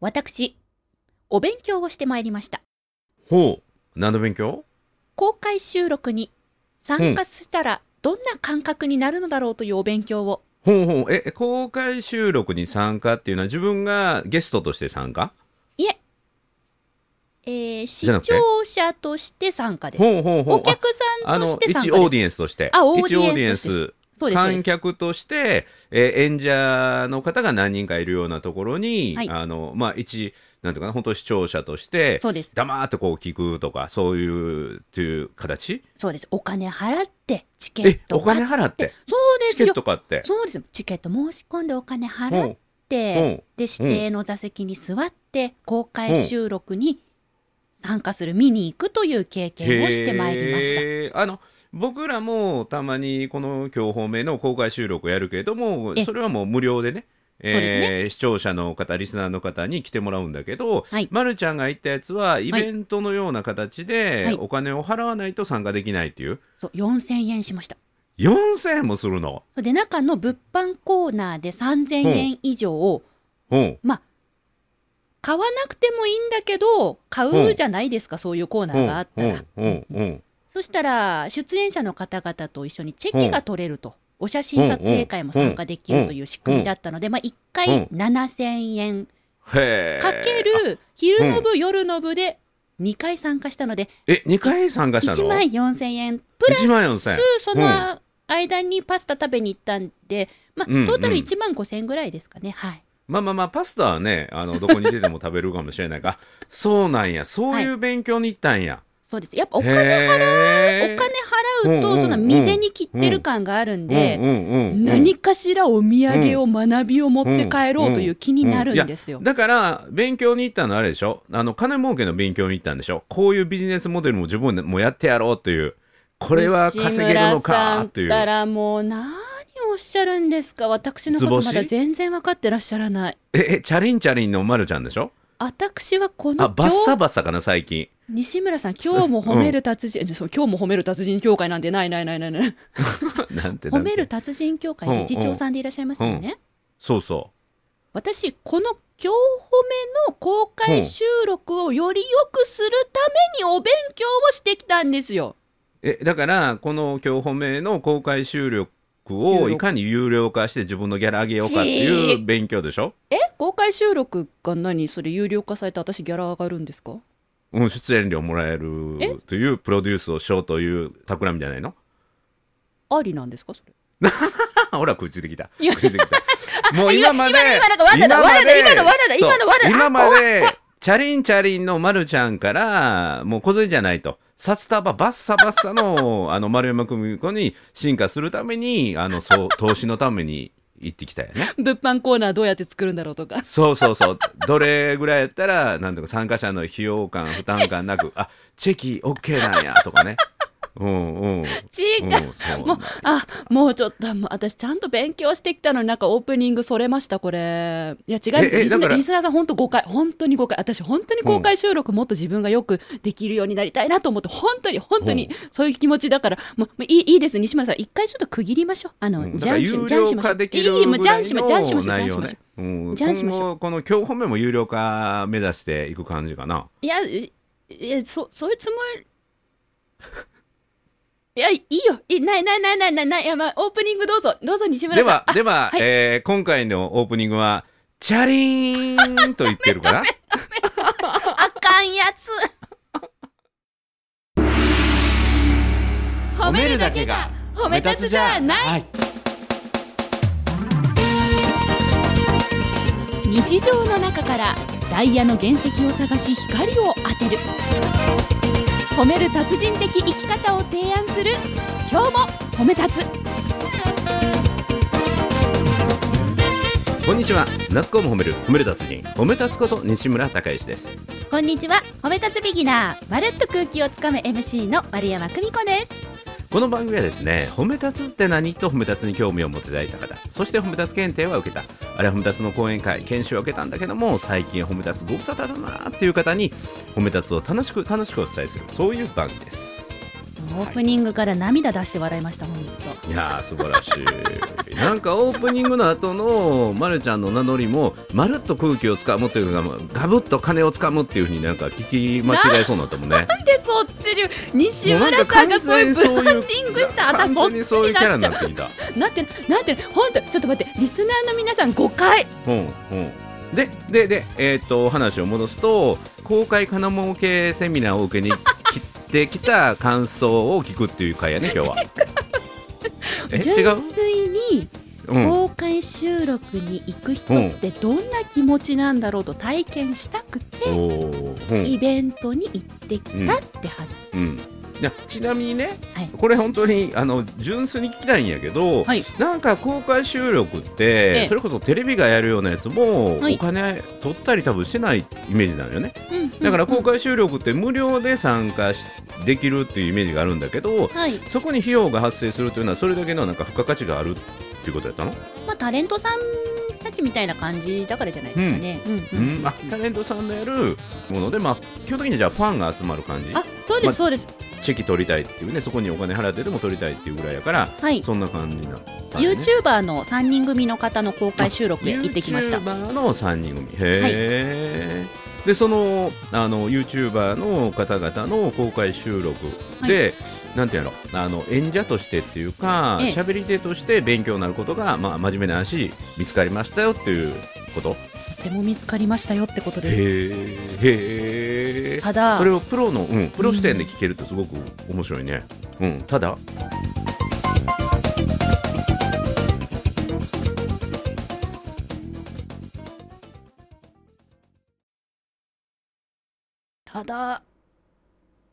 私、お勉強をしてまいりました。ほう。何の勉強公開収録に参加したらどんな感覚になるのだろうというお勉強を、ほうほう。え、公開収録に参加っていうのは自分がゲストとして参加いえ、えー視ゃなくて聴者として参加です。ほうほうほう。お客あさあんとしの、て参一加オでーデす。ィエンスとして。あオーデ一ィエンスとしてオーディエンス。そうですそう観です。客として、えー演者の方が何人かいるようなところに、はいあの、まあ、一、なんていうかな、本当視聴者として、そうです。黙ってこう聞くとか、そういう、という形そうです。お金払って、チケッえ、トお買金っ払ってて。。そうでチケすッよト。買って。そうですよ。チケット申し込んでお金ほ払っうて、ほで、指定の座席に座って、公開収録に参加する、見に行くという経験をしてまいりました。へーあの僕らもたまにこの今日方面の公開収録をやるけれどもえそれはもう無料でねえーそうです視聴者の方リスナーの方に来てもらうんだけど、はいま、るちゃんが言ったやつはイベントのような形はでいお金を払わないと参加できないっていう、そう、4000円しました。 4000円もするの、それで、中の物販コーナーで3000円以上を、うん買わなくてもいいんだけど、買うじゃないですか、そういうコーナうーんがあったら。うんうんそしたら、出演者の方々と一緒にチェキが取れると、お写真撮影会も参加できるという仕組みだったので、まあ、1回7000円へーかける昼の部、夜の部で2回参加したので、え2回参加したの1万4000円プラ1万4000円ス、そうのん間にパスタ食べに行ったんで、まあ、トうんうんータル1万5000円ぐらいですかね、はい。まあまあまあパスタはねあのどこに出ても食べるかもしれないが あそうなんやそういう勉強に行ったんや、そうです。やっぱおお金、お金払払ううんうんうと、んその店に切ってる感があるんで、何かしらお土産を学びを持って帰ろうという気になるんですよ。だから勉強に行ったのあれでしょあの金儲けの勉強に行ったんでしょこういうビジネスモデルも自分でもやってやろうというこれは稼げるのかと西村さんいったうらもう何をおっしゃるんですか私のことまだ図星全然分かってらっしゃらない。ええチャリンチャリンのまるちゃんでしょ私はこのあバッサ今日バッサかな最近西村さん、今日も褒める達人、そう今日も褒める達人協会なんてないないないないない。 なんてな褒んてめる達人協会理事長さんでいらっしゃいますよね。うんうんそうそ私この今日褒めの公開収録をより良くするためにお勉強をしてきたんですよ。うえだからこの今日褒めの公開収録をいかに有料化して自分のギャラ上げようかっていう勉強でしょえ公開収録が何それ有料化されて私ギャラ上がるんですかうん、出演料もらええるというプロデュースをしようという企みじゃないのありなんですかそれ。ほら、食いついてきた。いや食いついてき た。もう今まで、今の今の今のわなだ今のわなだ今のわなだそう今のわな今だあまで、チャリンチャリンのまるちゃんから、もう小銭じゃないと。札束バッサバッ サの、あの、丸山久美子に進化するために、あの、そう、投資のために行ってきたよね。物販コーナーどうやって作るんだろうとか。そうそうそう。どれぐらいやったら、なんとか参加者の費用感、負担感なく、あ、チェキ OK なんや、とかね。うんうん。違う、うん、そうもうあもうちょっともう私ちゃんと勉強してきたのになんかオープニングそれましたこれいや違いますええリスだナかーらリスナーさん本当誤解本当に誤解私本当に公開収録もっと自分がよくできるようになりたいなと思って本当に本当にうそういう気持ちだからもうもういいいいです西村さん一回ちょっと区切りましょうあの、うんジだャからンし有ジャンし料ましょ化うできいいいいもうるジャンしましょうジャンしまのしょうジャ内ンし容ましょねう。うんジャンし今ましょ後この今日褒めも有料化目指していく感じかな。いやいやそそういうつもり いやいいよいないないないないないないいや、まあ、オープニングどうぞどうぞ西村でさんはでは、はいえー今回のオープニングはチャリーンと言ってるかな。あかんやつ褒めるだけが褒め立つじゃないい。日常の中からダイヤの原石を探し光を当てる褒める達人的生き方を提案する今日も褒め立つこんにちは。なっこも褒める褒める達人褒め立つこと西村孝之です。こんにちは褒め立つビギナーまるっと空気をつかむ MC の丸山久美子ですこの番組はですね褒め立つって何と褒め立つに興味を持っていただいた方そして褒め立つ検定は受けたあれは褒め立つの講演会研修は受けたんだけども最近褒め立つご無沙汰だなっていう方に褒め立つを楽しく楽しくお伝えするそういう番組ですオープニングから涙出して笑いました本当いやー素晴らしい なんかオープニングの後のまるちゃんの名乗りもまるっと空気をつかむというかガブッと金をつかむっていうふうになんか聞き間違えそうになったもんね。 なんでそっちに西村さんがそういうブランディングした私そっち完全にそういにうキャラなっちゃになってきた。うなってるなってる本当ちょっと待ってリスナーの皆さん誤解うんうんででで、えーっとお話を戻すと公開金儲けセミナーを受けに来てきた感想を聞くっていう回 やね今日は。え純違う、粋にうん、公開収録に行く人ってどんな気持ちなんだろうと体験したくて、おーうんイベントに行ってきたって話、うん、いやちなみにね、はいこれ本当にあの純粋に聞きたいんやけど、はいなんか公開収録っえてえそれこそテレビがやるようなやつも、はいお金取ったり多分してないイメージなのよねうんうんだから公う開収録って無料で参加しできるっていうイメージがあるんだけどんはいそこに費用が発生するというのはそれだけのなんか付加価値があるっていうことやったの、まあタレントさんたちみたいな感じだからじゃないですかね、うんううんんあタレントさんのやるもので、まあ、基本的にじゃあファンが集まる感じあそうですそうです、チェキ取りたいっていうねそこにお金払ってでも取りたいっていうぐらいやからはいそんな感じになった、ね。ユーチューバーの三人組の方の公開収録へ行ってきました。ユーチューバーの三人組。へえ。でそのあのユーチューバーの方々の公開収録で、なんていうのあの演者としてっていうかええ喋、り手として勉強になることがまあ真面目な話見つかりましたよっていうこと。とても見つかりましたよってことへです。え。へえ。ただそれをプロのうんプロ視点で聞けるってすごく面白いね。うんただただ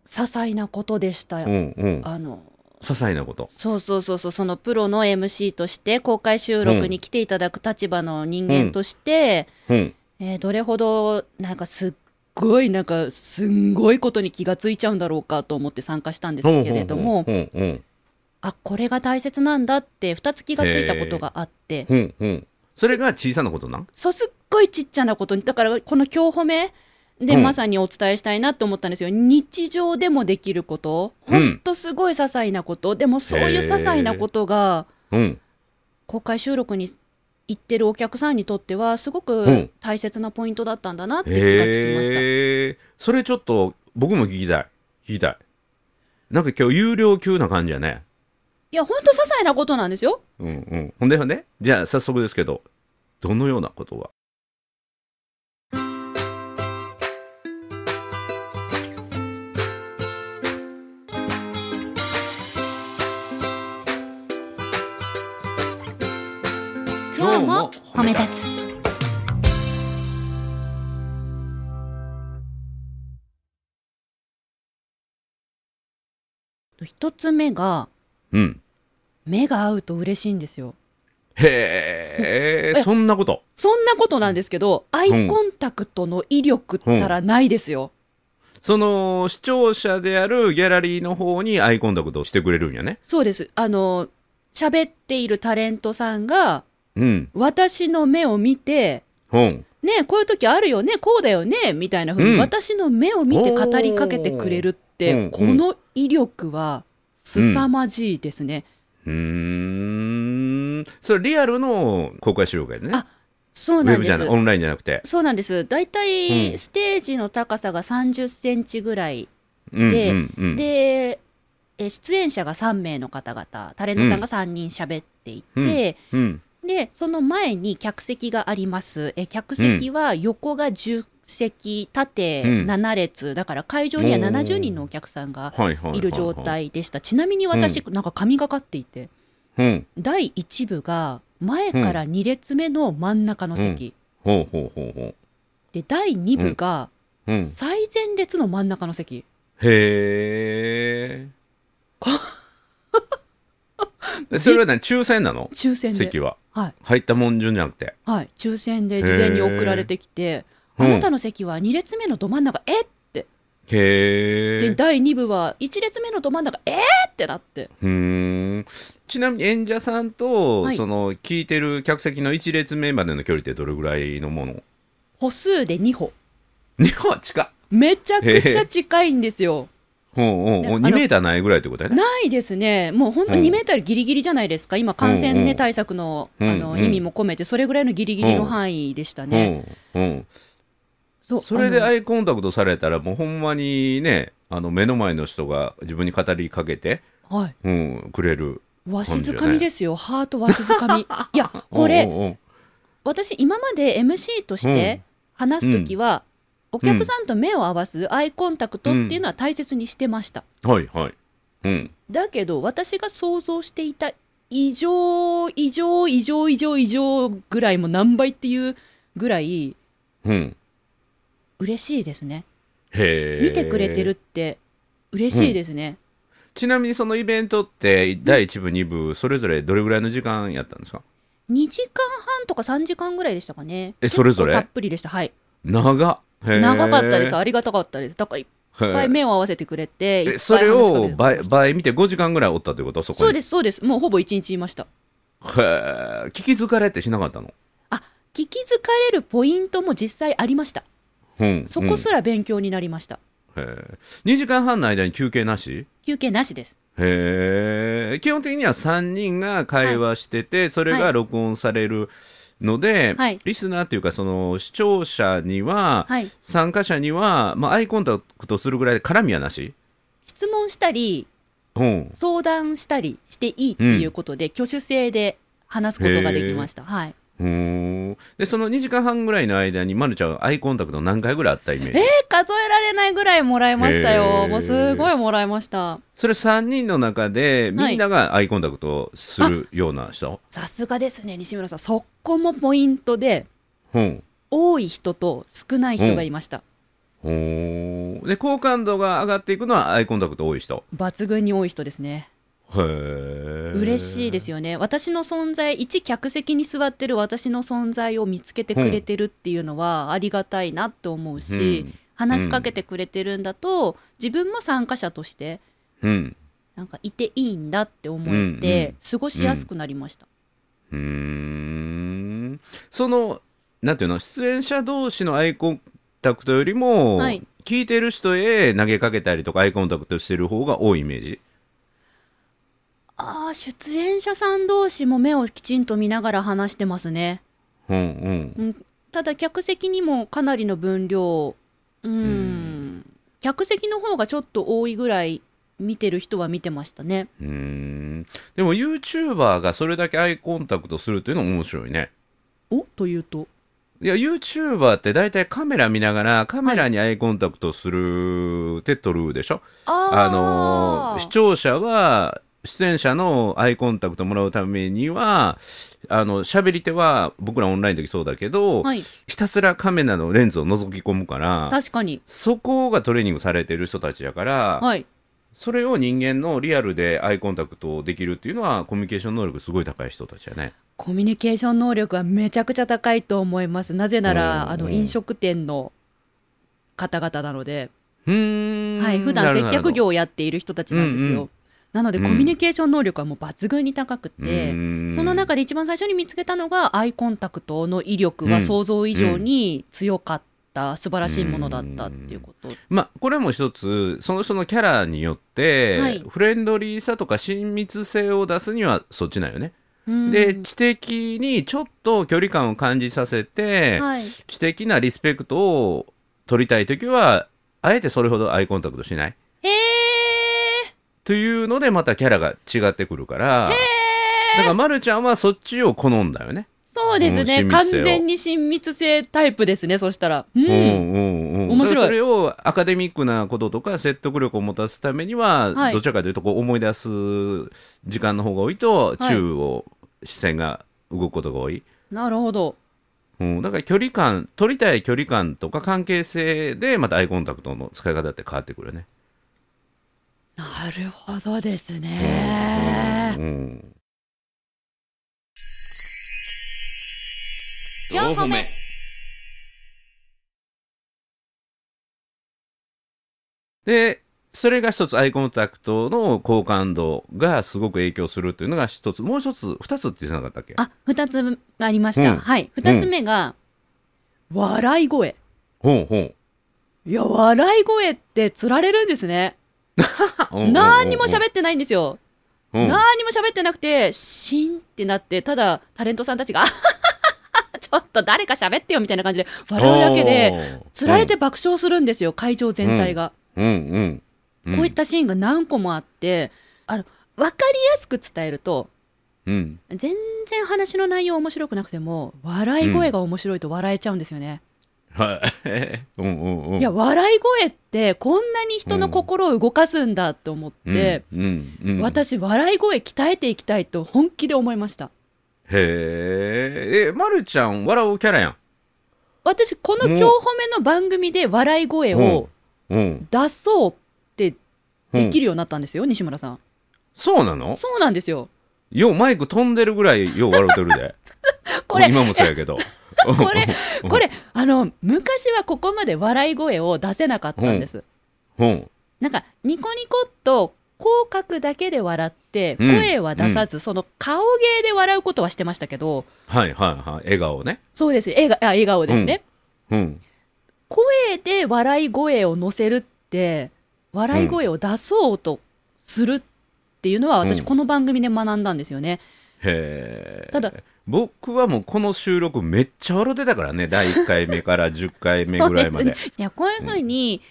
些細なことでしたうよ。んうん些あの細なこと。そうそうそうそうそのプロの MC として公開収録に来ていただく立場の人間として、うんえーどれほどなんかすっごいなんかすんごいことに気がついちゃうんだろうかと思って参加したんですけれども、うんうんあこれが大切なんだって二つ気がついたことがあって。うんうん。それが小さなことなんそうすっごいちっちゃなことにだからこの今日褒めで、うんまさにお伝えしたいなと思ったんですよ日常でもできることうほんんとすごい些細なこと、でもそういう些細なことがうん。公開収録に行ってるお客さんにとってはすごうくん大切なポイントだったんだなって気がつきました、へえ。それちょっと僕も聞きたい。聞きたい。なんか今日有料級な感じやね。いやほんと些細なことなんですようんうん。ほんでほんで。じゃあ早速ですけど、どのようなことが。今日も褒め立つ一つ目がうん。目が合うと嬉しいんですよへええ。そんなこと。そんなことなんですけど、アイコンタクトの威力ったらないですよ。その視聴者であるギャラリーの方にアイコンタクトをしてくれるんやね。そうです。あの、喋っているタレントさんが、うん。私の目を見て、うん。ねえこういう時あるよね、こうだよね、みたいな風に、うん私の目を見て語りかけてくれるって、おーうんこの威力は、凄まじいですね。うーん。それリアルの公開収録やね。あそうウなェんブでじゃすない、。オンラインじゃなくて。そうなんです。だいたうい、んステージの高さが30センチぐらいうんでうんうん、で、えー出演者が3名の方々、タレントさんが3人喋っていて、うんうん、で、その前に客席があります。えー客席は横が10席、縦うん7列、だから会場にはおー70人のお客さんがはいはいはいはいる状。態でした。ちなみに私、なんか神がかっていて、うん、第1部が前から2列目の真ん中の席、ほうほうほうほで、第2部がう。うん、最前列の真ん中の席。 へえ。それは何抽選なの抽選で席。は。はい。入ったもん順じゃなくて。はい、抽選で事前に送られてきて、あなたの席は2列目のど真ん中、えっへて、え。第2部は1列目のど真ん中、えーってなって、ふーんちなみに演者さんと、はいその聞いてる客席の一列目までの距離ってどれぐらいのもの歩数で2歩、日本は近っめちゃくちゃ近いんですよ。ほうでほうあの2メーターないぐらいってことだね。ないですね、もう本当うんに2メーターギリギリじゃないですか、今、感染、うんうんね、対策のあうの、んうん意味も込めて、それぐらいのギリギリの範囲でしたね。うんうん、そうそれであアのイコンタクトされたらもうほんまにねあの目の前の人が自分に語りかけて、はい、うん、くれる。わしづかみですよ、ハートわしづか み。いや、これ、おうおうおう私、今まで MC として話すときは、お客さんと目を合わすアイコンタクトっていうのは大切にしてました。はいはい。うん。だけど、私が想像していた異常、異常、異常、異常、異常ぐらいも何倍っていうぐらい、うん。嬉しいですね。へえ。見てくれてるって嬉しいですね、ちなみにそのイベントって第1部、2部それぞれどれぐらいの時間やったんですか2時間半とか3時間ぐらいでしたかねえそれぞれ結構たっぷりでしたはい長っへー長かったですありがたかったですだからいっへーぱい目を合わせてくれていっぱいえそれ話しかけをてくれ倍ました倍見て5時間ぐらいおったということそこそにうですそうですもうほぼ1日いましたへー聞き疲れってしなかったの、聞き疲れるポイントも実際ありましたうん、そこすら勉強になりました、うん、へー2時間半の間に休憩なし休憩なしですへー基本的には3人が会話してて、それが録音されるので、はいリスナーっていうかその視聴者には、はい参加者には、まあ、アイコンタクトするぐらいで絡みはなし、質問したりうん、相談したりしていいっていうことで、挙手制で話すことができましたはいふーんでその2時間半ぐらいの間に、ま、るちゃんはアイコンタクト何回ぐらいあったイメージえー数えられないぐらいもらいましたへーよ。もうすごいもらいました。それ3人の中ではいみんながアイコンタクトするような人、さすがですね、西村さん。そこもポイントで、うん多い人と少ない人がいました。ほーで好感度が上がっていくのはアイコンタクト多い人抜群に多い人ですね。へえ嬉しいですよよね。私の存在、一客席に座ってる私の存在を見つけてくれてるっていうのはありがたいなって思うし、話しかけてくれてるんだと、自分も参加者として、うん、うんなんかいていいんだって思っうんうてん、過ごしやすくなりました。うーんそのなんていうの出演者同士のアイコンタクトよりも、はい聞いてる人へ投げかけたりとかアイコンタクトしてる方が多いイメージああ、出演者さん同士も目をきちんと見ながら話してますね。うんうんうん、ただ客席にもかなりの分量、うん、客席の方がちょっと多いぐらい見てる人は見てましたね。うーんでも YouTuber がそれだけアイコンタクトするっていうのも面白いねおというと、いや YouTuber って大体カメラ見ながらカメラにアイコンタクトするって撮るでしょ、あーあのー視聴者は出演者のアイコンタクトもらうためにはあの喋り手は僕らオンラインの時そうだけど、はい、ひたすらカメラのレンズを覗き込むから確かに。そこがトレーニングされてる人たちやから、はい。それを人間のリアルでアイコンタクトできるっていうのはコミュニケーション能力すごい高い人たちやね。コミュニケーション能力はめちゃくちゃ高いと思います。なぜなうら、んあの、うん飲食店の方々なので、うーんはい、普段なる接ほど客業をやっている人たちなんですよ。うんうんなので、うんコミュニケーション能力はもう抜群に高くて、その中でで一番最初に見つけたのが、アイコンタクトの威力は想像以上に強かった、素晴らしいものだったっていうこと。まあこれも一つその人のキャラによって、はいフレンドリーさとか親密性を出すにはそっちなんよね。うんで知的にちょっと距離感を感じさせて、はい、知的なリスペクトを取りたい時はあえてそれほどアイコンタクトしないへというのでまたキャラが違ってくるからだからまるちゃんはそっちを好んだよね。そうですね、うん親密完性を全に親密性タイプですね、そしたら。うんうんうんうん、面白いだからそれをアカデミックなこととか説得力を持たすためには、はいどちらかというとこう思い出す時間の方が多いはとい中を、視線が動くことが多い、なるほど。うん、だから距離感取りたい距離感とか関係性でまたアイコンタクトの使い方って変わってくるよね。なるほどですね。うん4個目でそれが一つアイコンタクトの好感度がすごく影響するっていうのが一つもう一つ二つって言ってなかったっけあ、二つありました。うんはい。二つ目が、笑い声。ほうほういや、笑い声って釣られるんですね。何にも喋ってないんですよ。うんうんうん何にも喋ってなくて、シーンってなって、ただタレントさんたちが、あは はははちょっと誰か喋ってよみたいな感じで笑うだけで、つられて、爆笑するんですよ、会場全体が。うんうんうん、こういったシーンが何個もあって、あの、わかりやすく伝えると、うん、全然話の内容面白くなくても、笑い声が面白いと笑えちゃうんですよね。はい、 うんうんうん、いや、笑い声ってこんなに人の心を動かすんだと思って、うんうんうん、私、笑い声鍛えていきたいと本気で思いました。へーえ、まるちゃん、笑うキャラやん。私、この今日褒めの番組で笑い声をうん、出そうってうんできるようになったんですよ、西村さん。そうなのそうなんですよ。ようマイク飛んでるぐらいよう笑うてるで これ、今もそうやけどこれ、これ、あの、昔はここまで笑い声を出せなかったんです。うんなんか、ニコニコっと口角だけで笑って、うん声は出さず、その顔芸で笑うことはしてましたけど、はいはいはい笑顔ねそうです、笑顔あ笑顔ですね。うん声で笑い声を乗せるって笑い声を出そうとするっていうのは私うんこの番組で学んだんですよね、へえただ僕はもうこの収録めっちゃ笑うてたからね第1回 目から10回目ぐらいまそでうすね いやこういうふうに、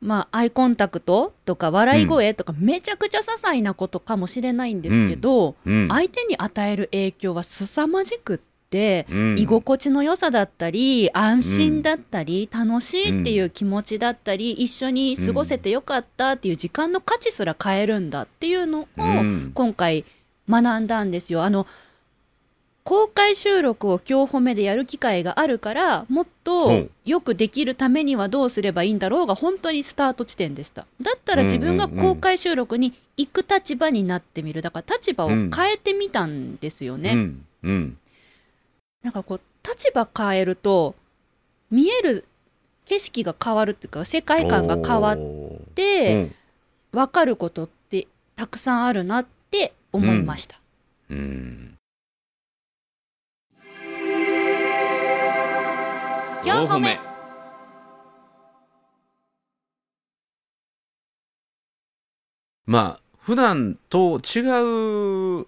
まあアイコンタクトとか笑い声とかめちゃくちゃ些細なことかもしれないんですけど、うん相手に与える影響は凄まじくって、うん居心地の良さだったり安心だったり、楽しいっていう気持ちだったり、一緒に過ごせてよかったっていう時間の価値すら変えるんだっていうのを、うん今回学んだんですよ。あの公開収録を今日褒めでやる機会があるからもっうとんよくできるためにはどうすればいいんだろうが本当にスタート地点でしただったら自分がうんうんうん公開収録に行く立場になってみるだから立場を変えてみたんですよね、うんうんなんかこう立場変えると見える景色が変わるっていうか世界観が変わっおーて分かることってたくさんあるなって思いました、うんうん4本目まあ普段と違う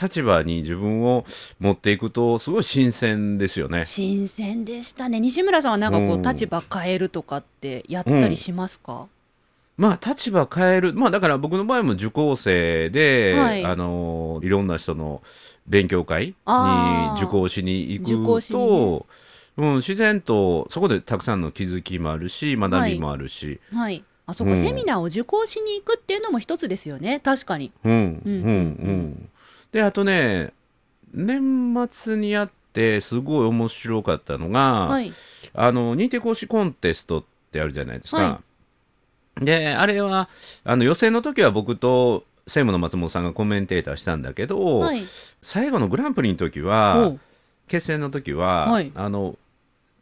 立場に自分を持っていくとすごい新鮮ですよね。新鮮でしたね西村さんはなんかこうんう立場変えるとかってやったりしますか、まあ立場変える、まあ、だから僕の場合も受講生で、はいあのいろんな人の勉強会にあー受講しに受講行くしにと、うん、自然とそこでたくさんの気づきもあるし学びもあるし、はいあそこ、うんセミナーを受講しに行くっていうのも一つですよね確かにうんうんうんううんん、であとね年末にあってすごい面白かったのが、はいあの認定講師コンテストってあるじゃないですか。はであれはあの予選の時は僕と専務の松本さんがコメンテーターしたんだけど、はい最後のグランプリの時おはう決戦の時は、はいあの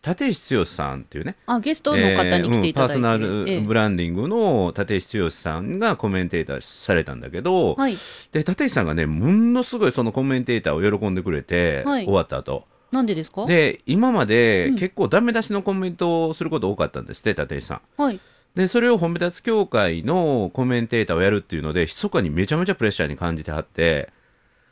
立石剛さんっていうねあゲストの方に来ていただいて、えーうんパーソナえルえブランディングの立石剛さんがコメンテーターされたんだけど、はいで立石さんがねものすごいそのコメンテーターを喜んでくれて、はい終わった後なんでですかで今までうん結構ダメ出しのコメントをすること多かったんですって立石さん。はいでそれを褒め立つ協会のコメンテーターをやるっていうので密かにめちゃめちゃプレッシャーに感じてはって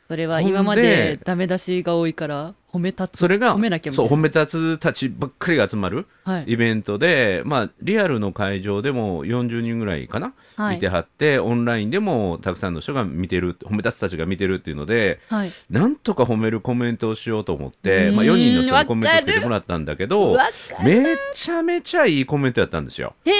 それは今まほんででダメ出しが多いから褒めたつそれが褒めなきゃみたそうい褒なめ立つたちばっかりが集まるはいイベントで、まあ、リアルの会場でも40人ぐらいかな、は見ていはってオンラインでもたくさんの人が見てる褒め立つたちが見てるっていうのではいなんとか褒めるコメントをしようと思って、まあ、うー4ん人の人にコメントわつかるけてもらったんだけどわかるめちゃめちゃいいコメントやったんですよ。へ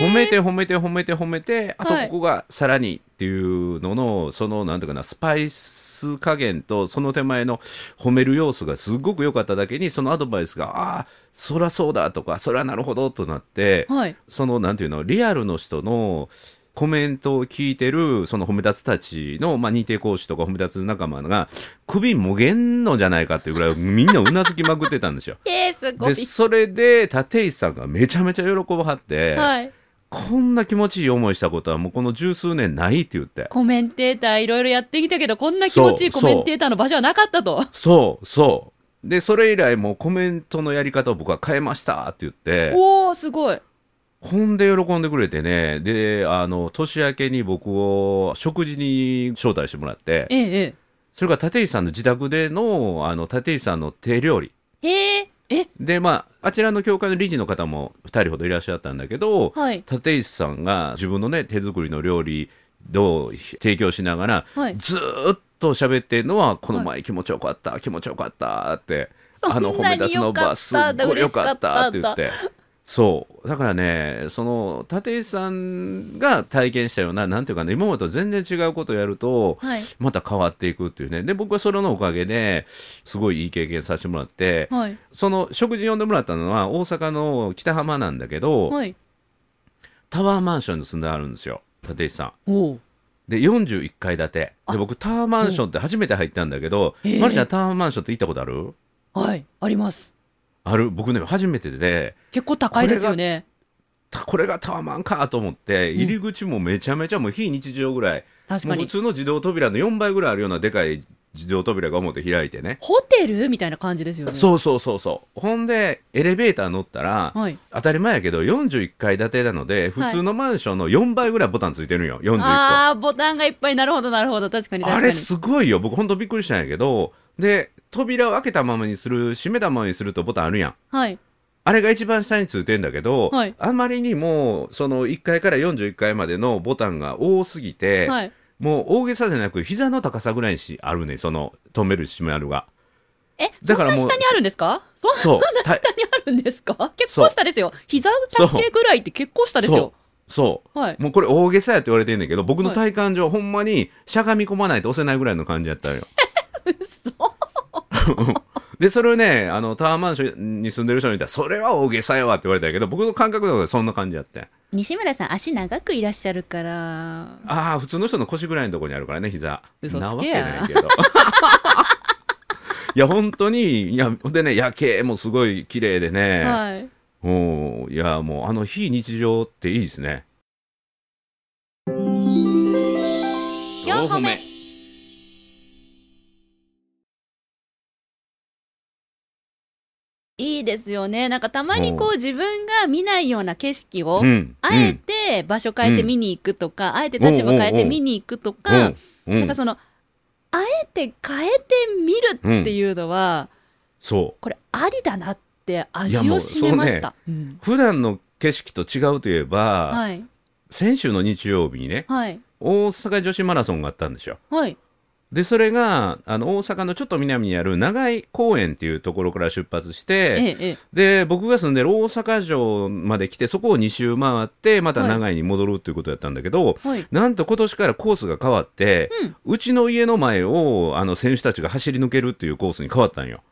褒えめて褒めて褒めて褒めてあとはいここがさらにっていうののそのなんていうかなスパイス加減とその手前の褒める要素がすごく良かっただけにそのアドバイスがああそらそうだとかそらなるほどとなってはいそのなんていうのリアルの人のコメントを聞いてるその褒め立つたちの、まあ、認定講師とか褒め立つ仲間が首もげんのじゃないかっていうぐらいみんなうなずきまくってたんですよ。え ー、すごでいそれで立石さんがめちゃめちゃ喜ばはって。はいこんな気持ちいい思いしたことはもうこの十数年ないって言って。コメンテーターいろいろやってきたけどこんな気持ちいいそコうメンテーターの場所はなかったとそうそう。で、それ以来もうコメントのやり方を僕は変えましたって言って、おおすごいほんで喜んでくれてねであの年明けに僕を食事に招待してもらってええそれから立石さんの自宅でのあの立石さんの手料理ええへええでまああちらの教会の理事の方も2人ほどいらっしゃったんだけど、はい立石さんが自分のね手作りの料理を提供しながら、はいずーっと喋ってるのはこの前気持ちよかった、気持ちよかったってそんなにあの褒め出すのバスよかったすっごいよかったっ嬉てし言かっってそうだからねその立石さんが体験したようななんていうかね今までと全然違うことをやるとはいまた変わっていくっていうねで僕はそれのおかげですごいいい経験させてもらって、はいその食事呼んでもらったのは大阪の北浜なんだけど、はいタワーマンションに住んであるんですよ立石さん。おうで41階建てであ僕タワーマンションって初めて入ったんだけど、ええまるちゃんタワーマンションって行ったことあるはいありますある僕ね初めてで結構高いですよねたこれがタワーマンかと思ってうん入り口もめちゃめちゃもう非日常ぐらい、確もかう普に通の自動扉の4倍ぐらいあるようなでかい自動扉が表開いてね、ホテルみたいな感じですよねそうそうそうそうほんでエレベーター乗ったら、はい当たり前やけど41階建てなので普通のマンションの4倍ぐらいボタンついてるんよ41個あああーボタンがいっぱいなるほどなるほど確かに確かにれすごいよ僕ほんとびっくりしたんやけどで扉を開けたままにする閉めたままにするとボタンあるやんはいあれが一番下についてんだけど、はいあまりにもその1階から41階までのボタンが多すぎて、はいもう大げさじゃなく膝の高さぐらいにしあるねその止める閉めるがえだそかんらなもう下にあるんですかそんな そうた下にあるんですか結そう構下ですよ膝丈ぐらいって結構下ですよそうはいもうこれ大げさやって言われてんだけど僕のはい体感上、ほんまにしゃがみ込まないと押せないぐらいの感じやったのよ。嘘でそれをねあのタワーマンションに住んでる人に言ったら「それは大げさやわ」って言われたけど僕の感覚だとそんな感じやって西村さん足長くいらっしゃるからああ普通の人の腰ぐらいのところにあるからね膝嘘つけやなわ けないけど。いや本当にいやほんでね夜景もすごい綺麗でね、はいうんいやもうあの非日常っていいですね。 4歩目いいですよねなんかたまにこう自分が見ないような景色を、うん、あえて場所変えて見に行くとか、あえて立場変えて見に行くとうん、か、うん、なんかそのあえて変えてみるっていうのは、そうこれありだなって味いやもうを占めました。うん普段の景色と違うといえば、はい先週の日曜日にねはい大阪女子マラソンがあったんですよはいでそれがあの大阪のちょっと南にある長井公園っていうところから出発して、ええで僕が住んでる大阪城まで来てそこを2周回ってまた長井に戻るっていうことやったんだけど、はいなんと今年からコースが変わって、うんうちの家の前をあの選手たちが走り抜けるっていうコースに変わったんよ。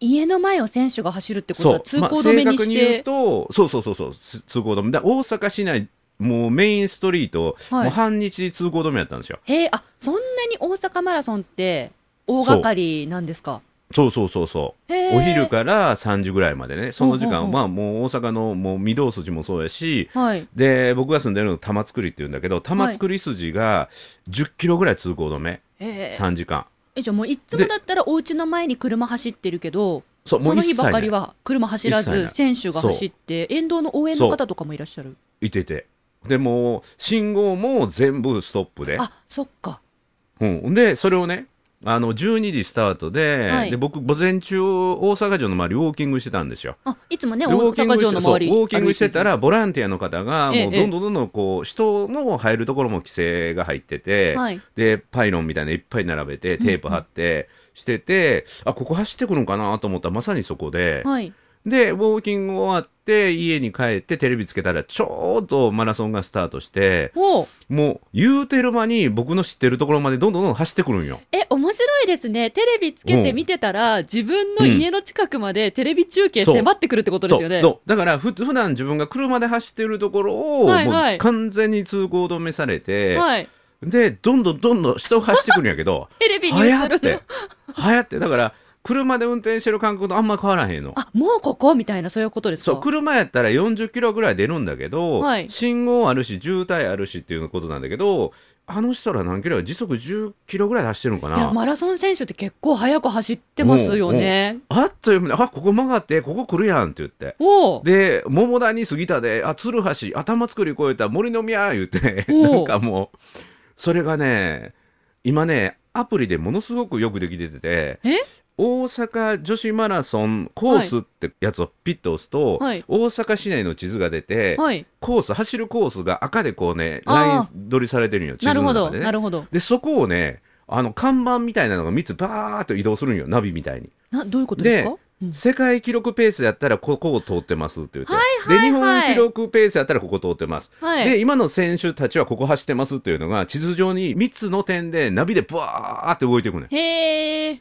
家の前を選手が走るってことは通行まあ止めに正確しに言うて、とそうそうそうそうす通行止めだ大阪市内もうメインストリート、はいもう半日通行止めやったんですよへえあそんなに大阪マラソンって大掛かりなんですかそうそうそうそう、へえお昼から3時ぐらいまでねその時ほうほ間、うほうまあもう大阪のもう御堂筋もそうやしはいで僕が住んでるの玉造りっていうんだけど玉造り筋が10キロぐらい通行止め、へえ3時間えじゃあもういつもだったらお家の前に車走ってるけどそうもそうの一日切ばかなりいは車走ら一切なずい選手が走って沿道の応援の方とかもいらっしゃるいててでもう信号も全部ストップであそっかうん、でそれをねあの12時スタートで,、はいで僕午前中大阪城の周りウォーキングしてたんですよ。あいつもねで大ウォーキング阪し城のてそう周りウォーキングしてた歩いらボランティアの方がええもうどんどんどんどんこう人の入るところも規制が入っててて、はいでパイロンみたいなのいっぱい並べてテープ貼ってしてて、あここ走ってくるのかなと思ったらまさにそこで、はいでウォーキング終わって家に帰ってテレビつけたらちょうどマラソンがスタートしておうもう言うてる間に僕の知ってるところまでどんどんどんどん走ってくるんよ。え面白いですねテレビつけて見てたら自分の家の近くまでテレビ中継そう迫ってくるってことですよねそうそうだからふ普段自分が車で走ってるところを、はいはいもう完全に通行止めされて、はい でどんどんどんどん人が走ってくるんやけどテレビに映はやっるてはやってだから車で運転してる感覚とあんま変わらへんのあもうここみたいなそういうことですかそう車やったら40キロぐらい出るんだけど、はい信号あるし渋滞あるしっていうことなんだけどあの人ら何キロや時速10キロぐらい走ってるのかいやなマラソン選手って結構速く走ってますよね。あっという間にあここ曲がってここ来るやんって言っておうで桃谷杉田であ鶴橋頭作り越えた森の宮言うておうなんかもうそれがね今ねアプリでものすごくよくできててえ大阪女子マラソンコースってやつをピッと押すと、はい大阪市内の地図が出て、はい、コース走るコースが赤でこうねラあーイン取りされてるんよ地な図るほのど、中でなねるほどでそこをねあの看板みたいなのが3つバーッと移動するんよナビみたいに。などういうことですかでうん世界記録ペースやったらここを通ってますって言って、はいはいはいで日本記録ペースやったらここ通ってます、はい、で今の選手たちはここ走ってますっていうのが地図上に3つの点でナビでブワーって動いていくねんへえ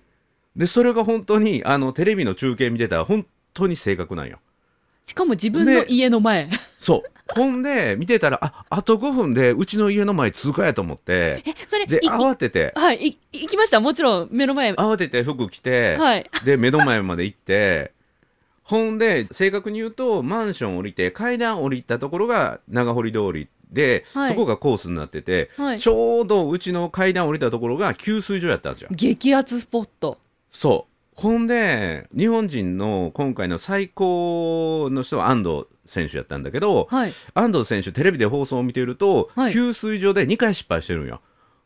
でそれが本当にあのテレビの中継見てたら本当に正確なんよしかも自分ので家の前 そうほんで見てたらああと5分でうちの家の前通過やと思ってえそれでいい慌ててはいい行きましたもちろん目の前は慌てて服着て、いで目の前まで行ってほんで正確に言うとマンション降りて階段降りたところが長堀通りで、はいそこがコースになってて、はいちょうどうちの階段降りたところが給水所やったんですよ。激アツスポットそうほんで日本人の今回の最高の人は安藤選手やったんだけどはい安藤選手テレビで放送を見ていると、はい給水所で2回失敗してるんよ。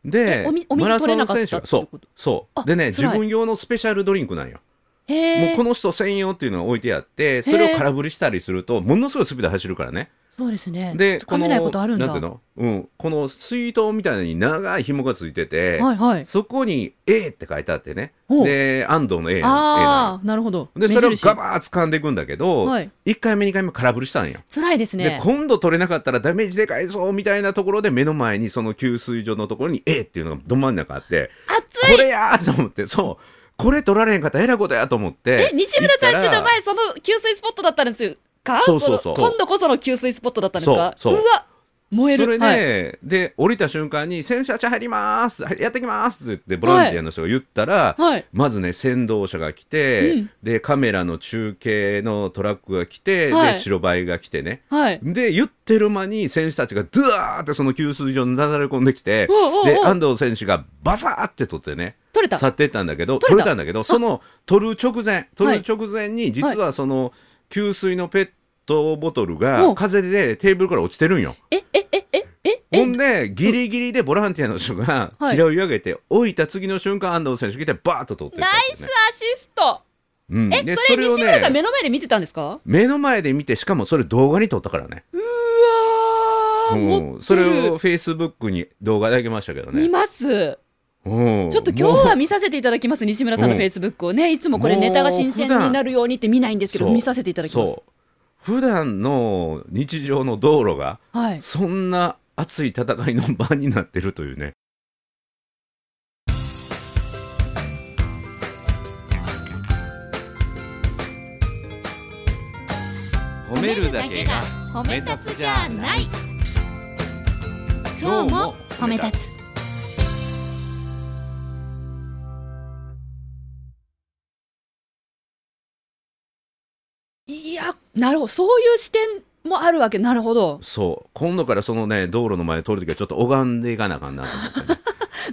えでおみお水マラソ取れンなかった選って手ことがそうそうあでね辛い自分用のスペシャルドリンクなんよ。へもうえこの人専用っていうのが置いてあってそれを空振りしたりするとものすごいスピードで走るからねそうですねで掴めないことあるんだなんていうの、うん、この水筒みたいに長い紐がついてて、はいはいそこに A って書いてあってねほうで安藤の A なの A なああなるほどのでそれを目印ガバー掴んでいくんだけど、はい1回目2回目空振りしたんよ。辛いですでね今度取れなかったらダメージでかいぞみたいなところで目の前にその給水所のところに A っていうのがど真ん中あって熱こいれやーと思ってそうこれ取られへんかったらえらいことやと思ってえ西村さんちょっ行ったとら前その給水スポットだったんですかそうそうそうの今度こその給水スポットだったんですかそうそうわ燃えるそれで、はい、で降りた瞬間に「選手たち入りますはいやってきます」って言ってボランティアの人が言ったら、はいまずね先導車が来て、うんでカメラの中継のトラックが来て、はいで白バイが来てねはいで言ってる間に選手たちがドゥワーってその給水所になだれ込んできて、おうおうおうで安藤選手がバサーって取ってね取れた去ってったんだけど取取れれたたんだけどその取る直前取る直前に実はその給水のペットボトルおが風でテーブルから落ちてるんよ。ええええええほんでギリギリでボランティアの人がはい拾い上げて、置いた次の瞬間安藤選手来てバーッと取ってったナんイですスね、アシストうん、えでそれを西村さん目の前で見てたんですか目の前で見てしかもそれ動画に撮ったからね、うわー持ってうるん、それをフェイスブックに動画であげましたけど見ね、ますうん、ちょっと今日はも見させていただきます西村さんのうんフェイスブックをねいつもこれネタが新鮮になるようにって見ないんですけどそう見させていうただきますそう普段の日常の道路がはいそんな熱い戦いの場になってるというね褒褒め立つじゃない今日も褒め立ついやなるほどそういう視点もあるわけなるほどそう今度からそのね道路の前通るときはちょっと拝んでいかなあかんなと思っ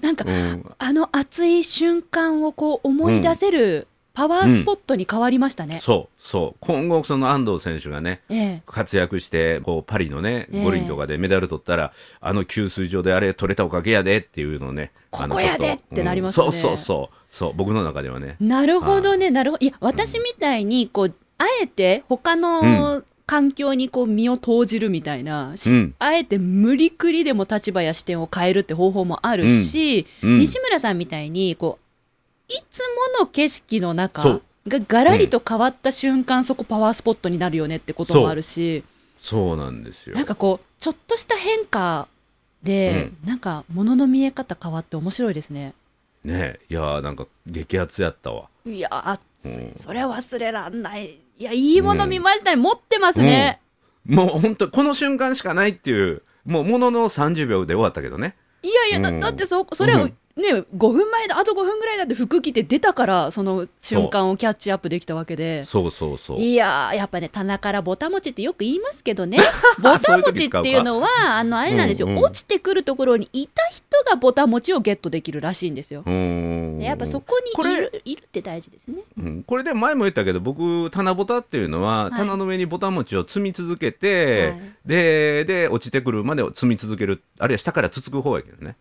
てなん かね、うんあの熱い瞬間をこう思い出せるパワースポットに変わりましたね。そうそう今後その安藤選手がねええ活躍してこうパリのねええ五輪とかでメダル取ったら、あの給水所であれ取れたおかげやでっていうのをねあのここやでちょとってなりますねうんそうそうそうそう僕の中ではねなるほどね、なるほど。いや、私みたいに、こう、あえて他の環境にこう身を投じるみたいな、しうんあえて無理くりでも立場や視点を変えるって方法もあるし、うん西村さんみたいに、こう、いつもの景色のそ中うがガラリと変わった瞬間、そこパワースポットになるよねってこともあるし。そうなんですよなんかこうちょっとした変化で、なんか物の見え方変わって面白いですねねいやーなんか激アツやったわいやあうんそれ忘れらんないいやいいもの見ましたね、持ってますね、もう本当この瞬間しかないっていうもうものの30秒で終わったけどねいやいやだうんだってそそれはうんね、5分前だあと5分ぐらいだって服着て出たからその瞬間をキャッチアップできたわけでそうそうそう。いやーやっぱね棚からぼたもちってよく言いますけど ねぼたもちっていうのはあのあれなんですよ、うんうん落ちてくるところにいた人がぼたもちをゲットできるらしいんですよ。うーんでやっぱそここにいれるいるって大事ですね。うんこれでも前も言ったけど僕棚ぼたっていうのは、い棚の上にぼた餅を積み続けて、はいでで落ちてくるまで積み続けるあるいは下からつつく方や けどね。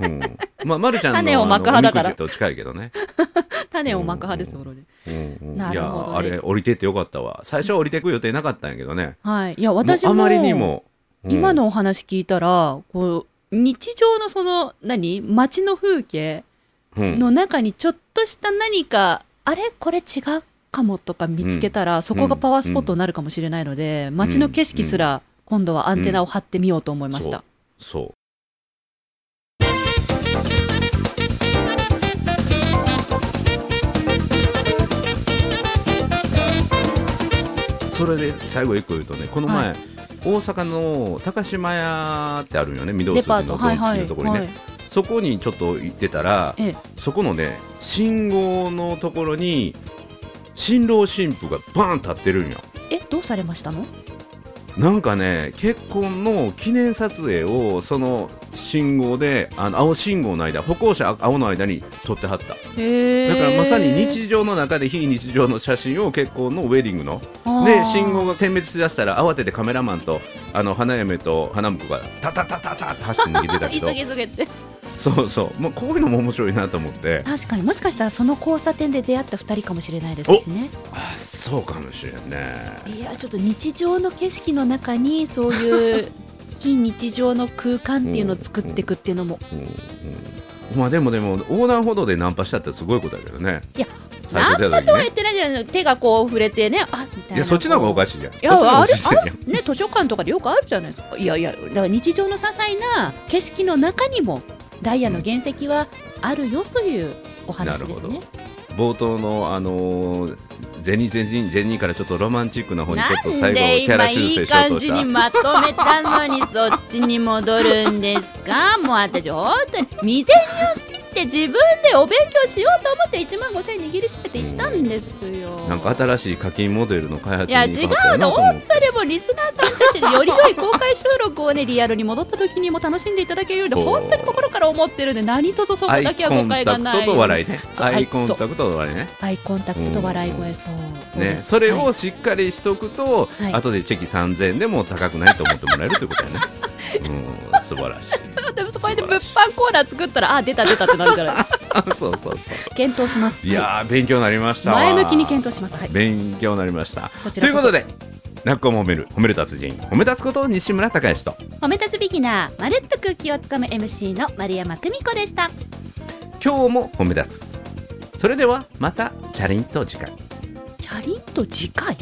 うん、まあ、ま、るちゃんの種をあのお巻く派みだくからじと近いけどね、種をまく派ですものね。うんう んなるほどねいやあれ降りてってよかったわ最初は降りてく予定なかったんやけどねはい、いや私ももうあまりにも、うん今のお話聞いたらこう日常のその何街の風景うんの中にちょっとした何か、あれこれ違うかもとか見つけたら、そこがパワースポットになるかもしれないので、街の景色すら今度はアンテナを張ってみようと思いました。そうそれで最後一個言うとねこの前、は大阪の高島屋ってあるんよね御堂デ筋パのート、道はいは筋い、のところにね、はい、そこにちょっと行ってたらええそこのね信号のところに新郎新婦がバーン立ってるんよえ、どうされましたのなんかね結婚の記念撮影をその信号であの青信号の間歩行者青の間に撮ってはっただだからまさに日常の中で非日常の写真を結婚のウェディングの常で信号が点滅しだしたら慌ててカメラマンとあの花嫁と花婿がタタタタタって走って逃げてたけ 急どげ急げってそうそう、まあ、こういうのも面白いなと思って確かにもしかしたらその交差点で出会った二人かもしれないですしねあそうかもしれんねいやちょっと日常の景色の中にそういう 非日常の空間っていうのを作っていくっていうのもうんうんまあでもでも横断歩道でナンパしたってすごいことだけどねいや最初出た時とはね言ってないじゃない手がこう触れてねあみたいないやそっちの方がおかしいしいじゃんそっちやの方がおかしいじゃんね図書館とかでよくあるじゃないですかいやいやだから日常の些細な景色の中にもダイヤの原石はあるよというお話ですね、冒頭のあのー銭銭銭銭からちょっとロマンチックな方にちょっとな最ん後でキャラ今修いい正しよう感としじたにまとめたのにそっちに戻るんですかもう私本当に未然に切って自分でお勉強しようと思って1万5000円握りしめて行ったんですよなんか新しい課金モデルの開発いにや関違わったうなのと思っ本て当にもうリスナーさんたちでより良い公開収録をねリアルに戻った時にも楽しんでいただけるようにほう本当に心から思ってるんで何卒そこアだイけはコ誤ン解タがクないトと笑いねそうアイコンタクトと笑いねアイコンタクト笑い声そうそうでねすそれはをいしっかりしとくと、はい後でチェキ3000円でも高くないと思ってもらえるということやねうん素晴らし いでもそこで物販コーナー作ったらあ出た出たってなるじゃないですか そうそうそう。検討しますいやー、勉強になりましたわ。前向きに検討しますはい勉強になりました。こちとらいこうそことで、泣く子も褒める、褒める達人、褒め立つこと西村孝之と、褒め立つビギナーまるっと空気をつかむ MC の丸山久美子でした今日も褒め立つ。それでは、また、チャリンと次回。チャリンと次回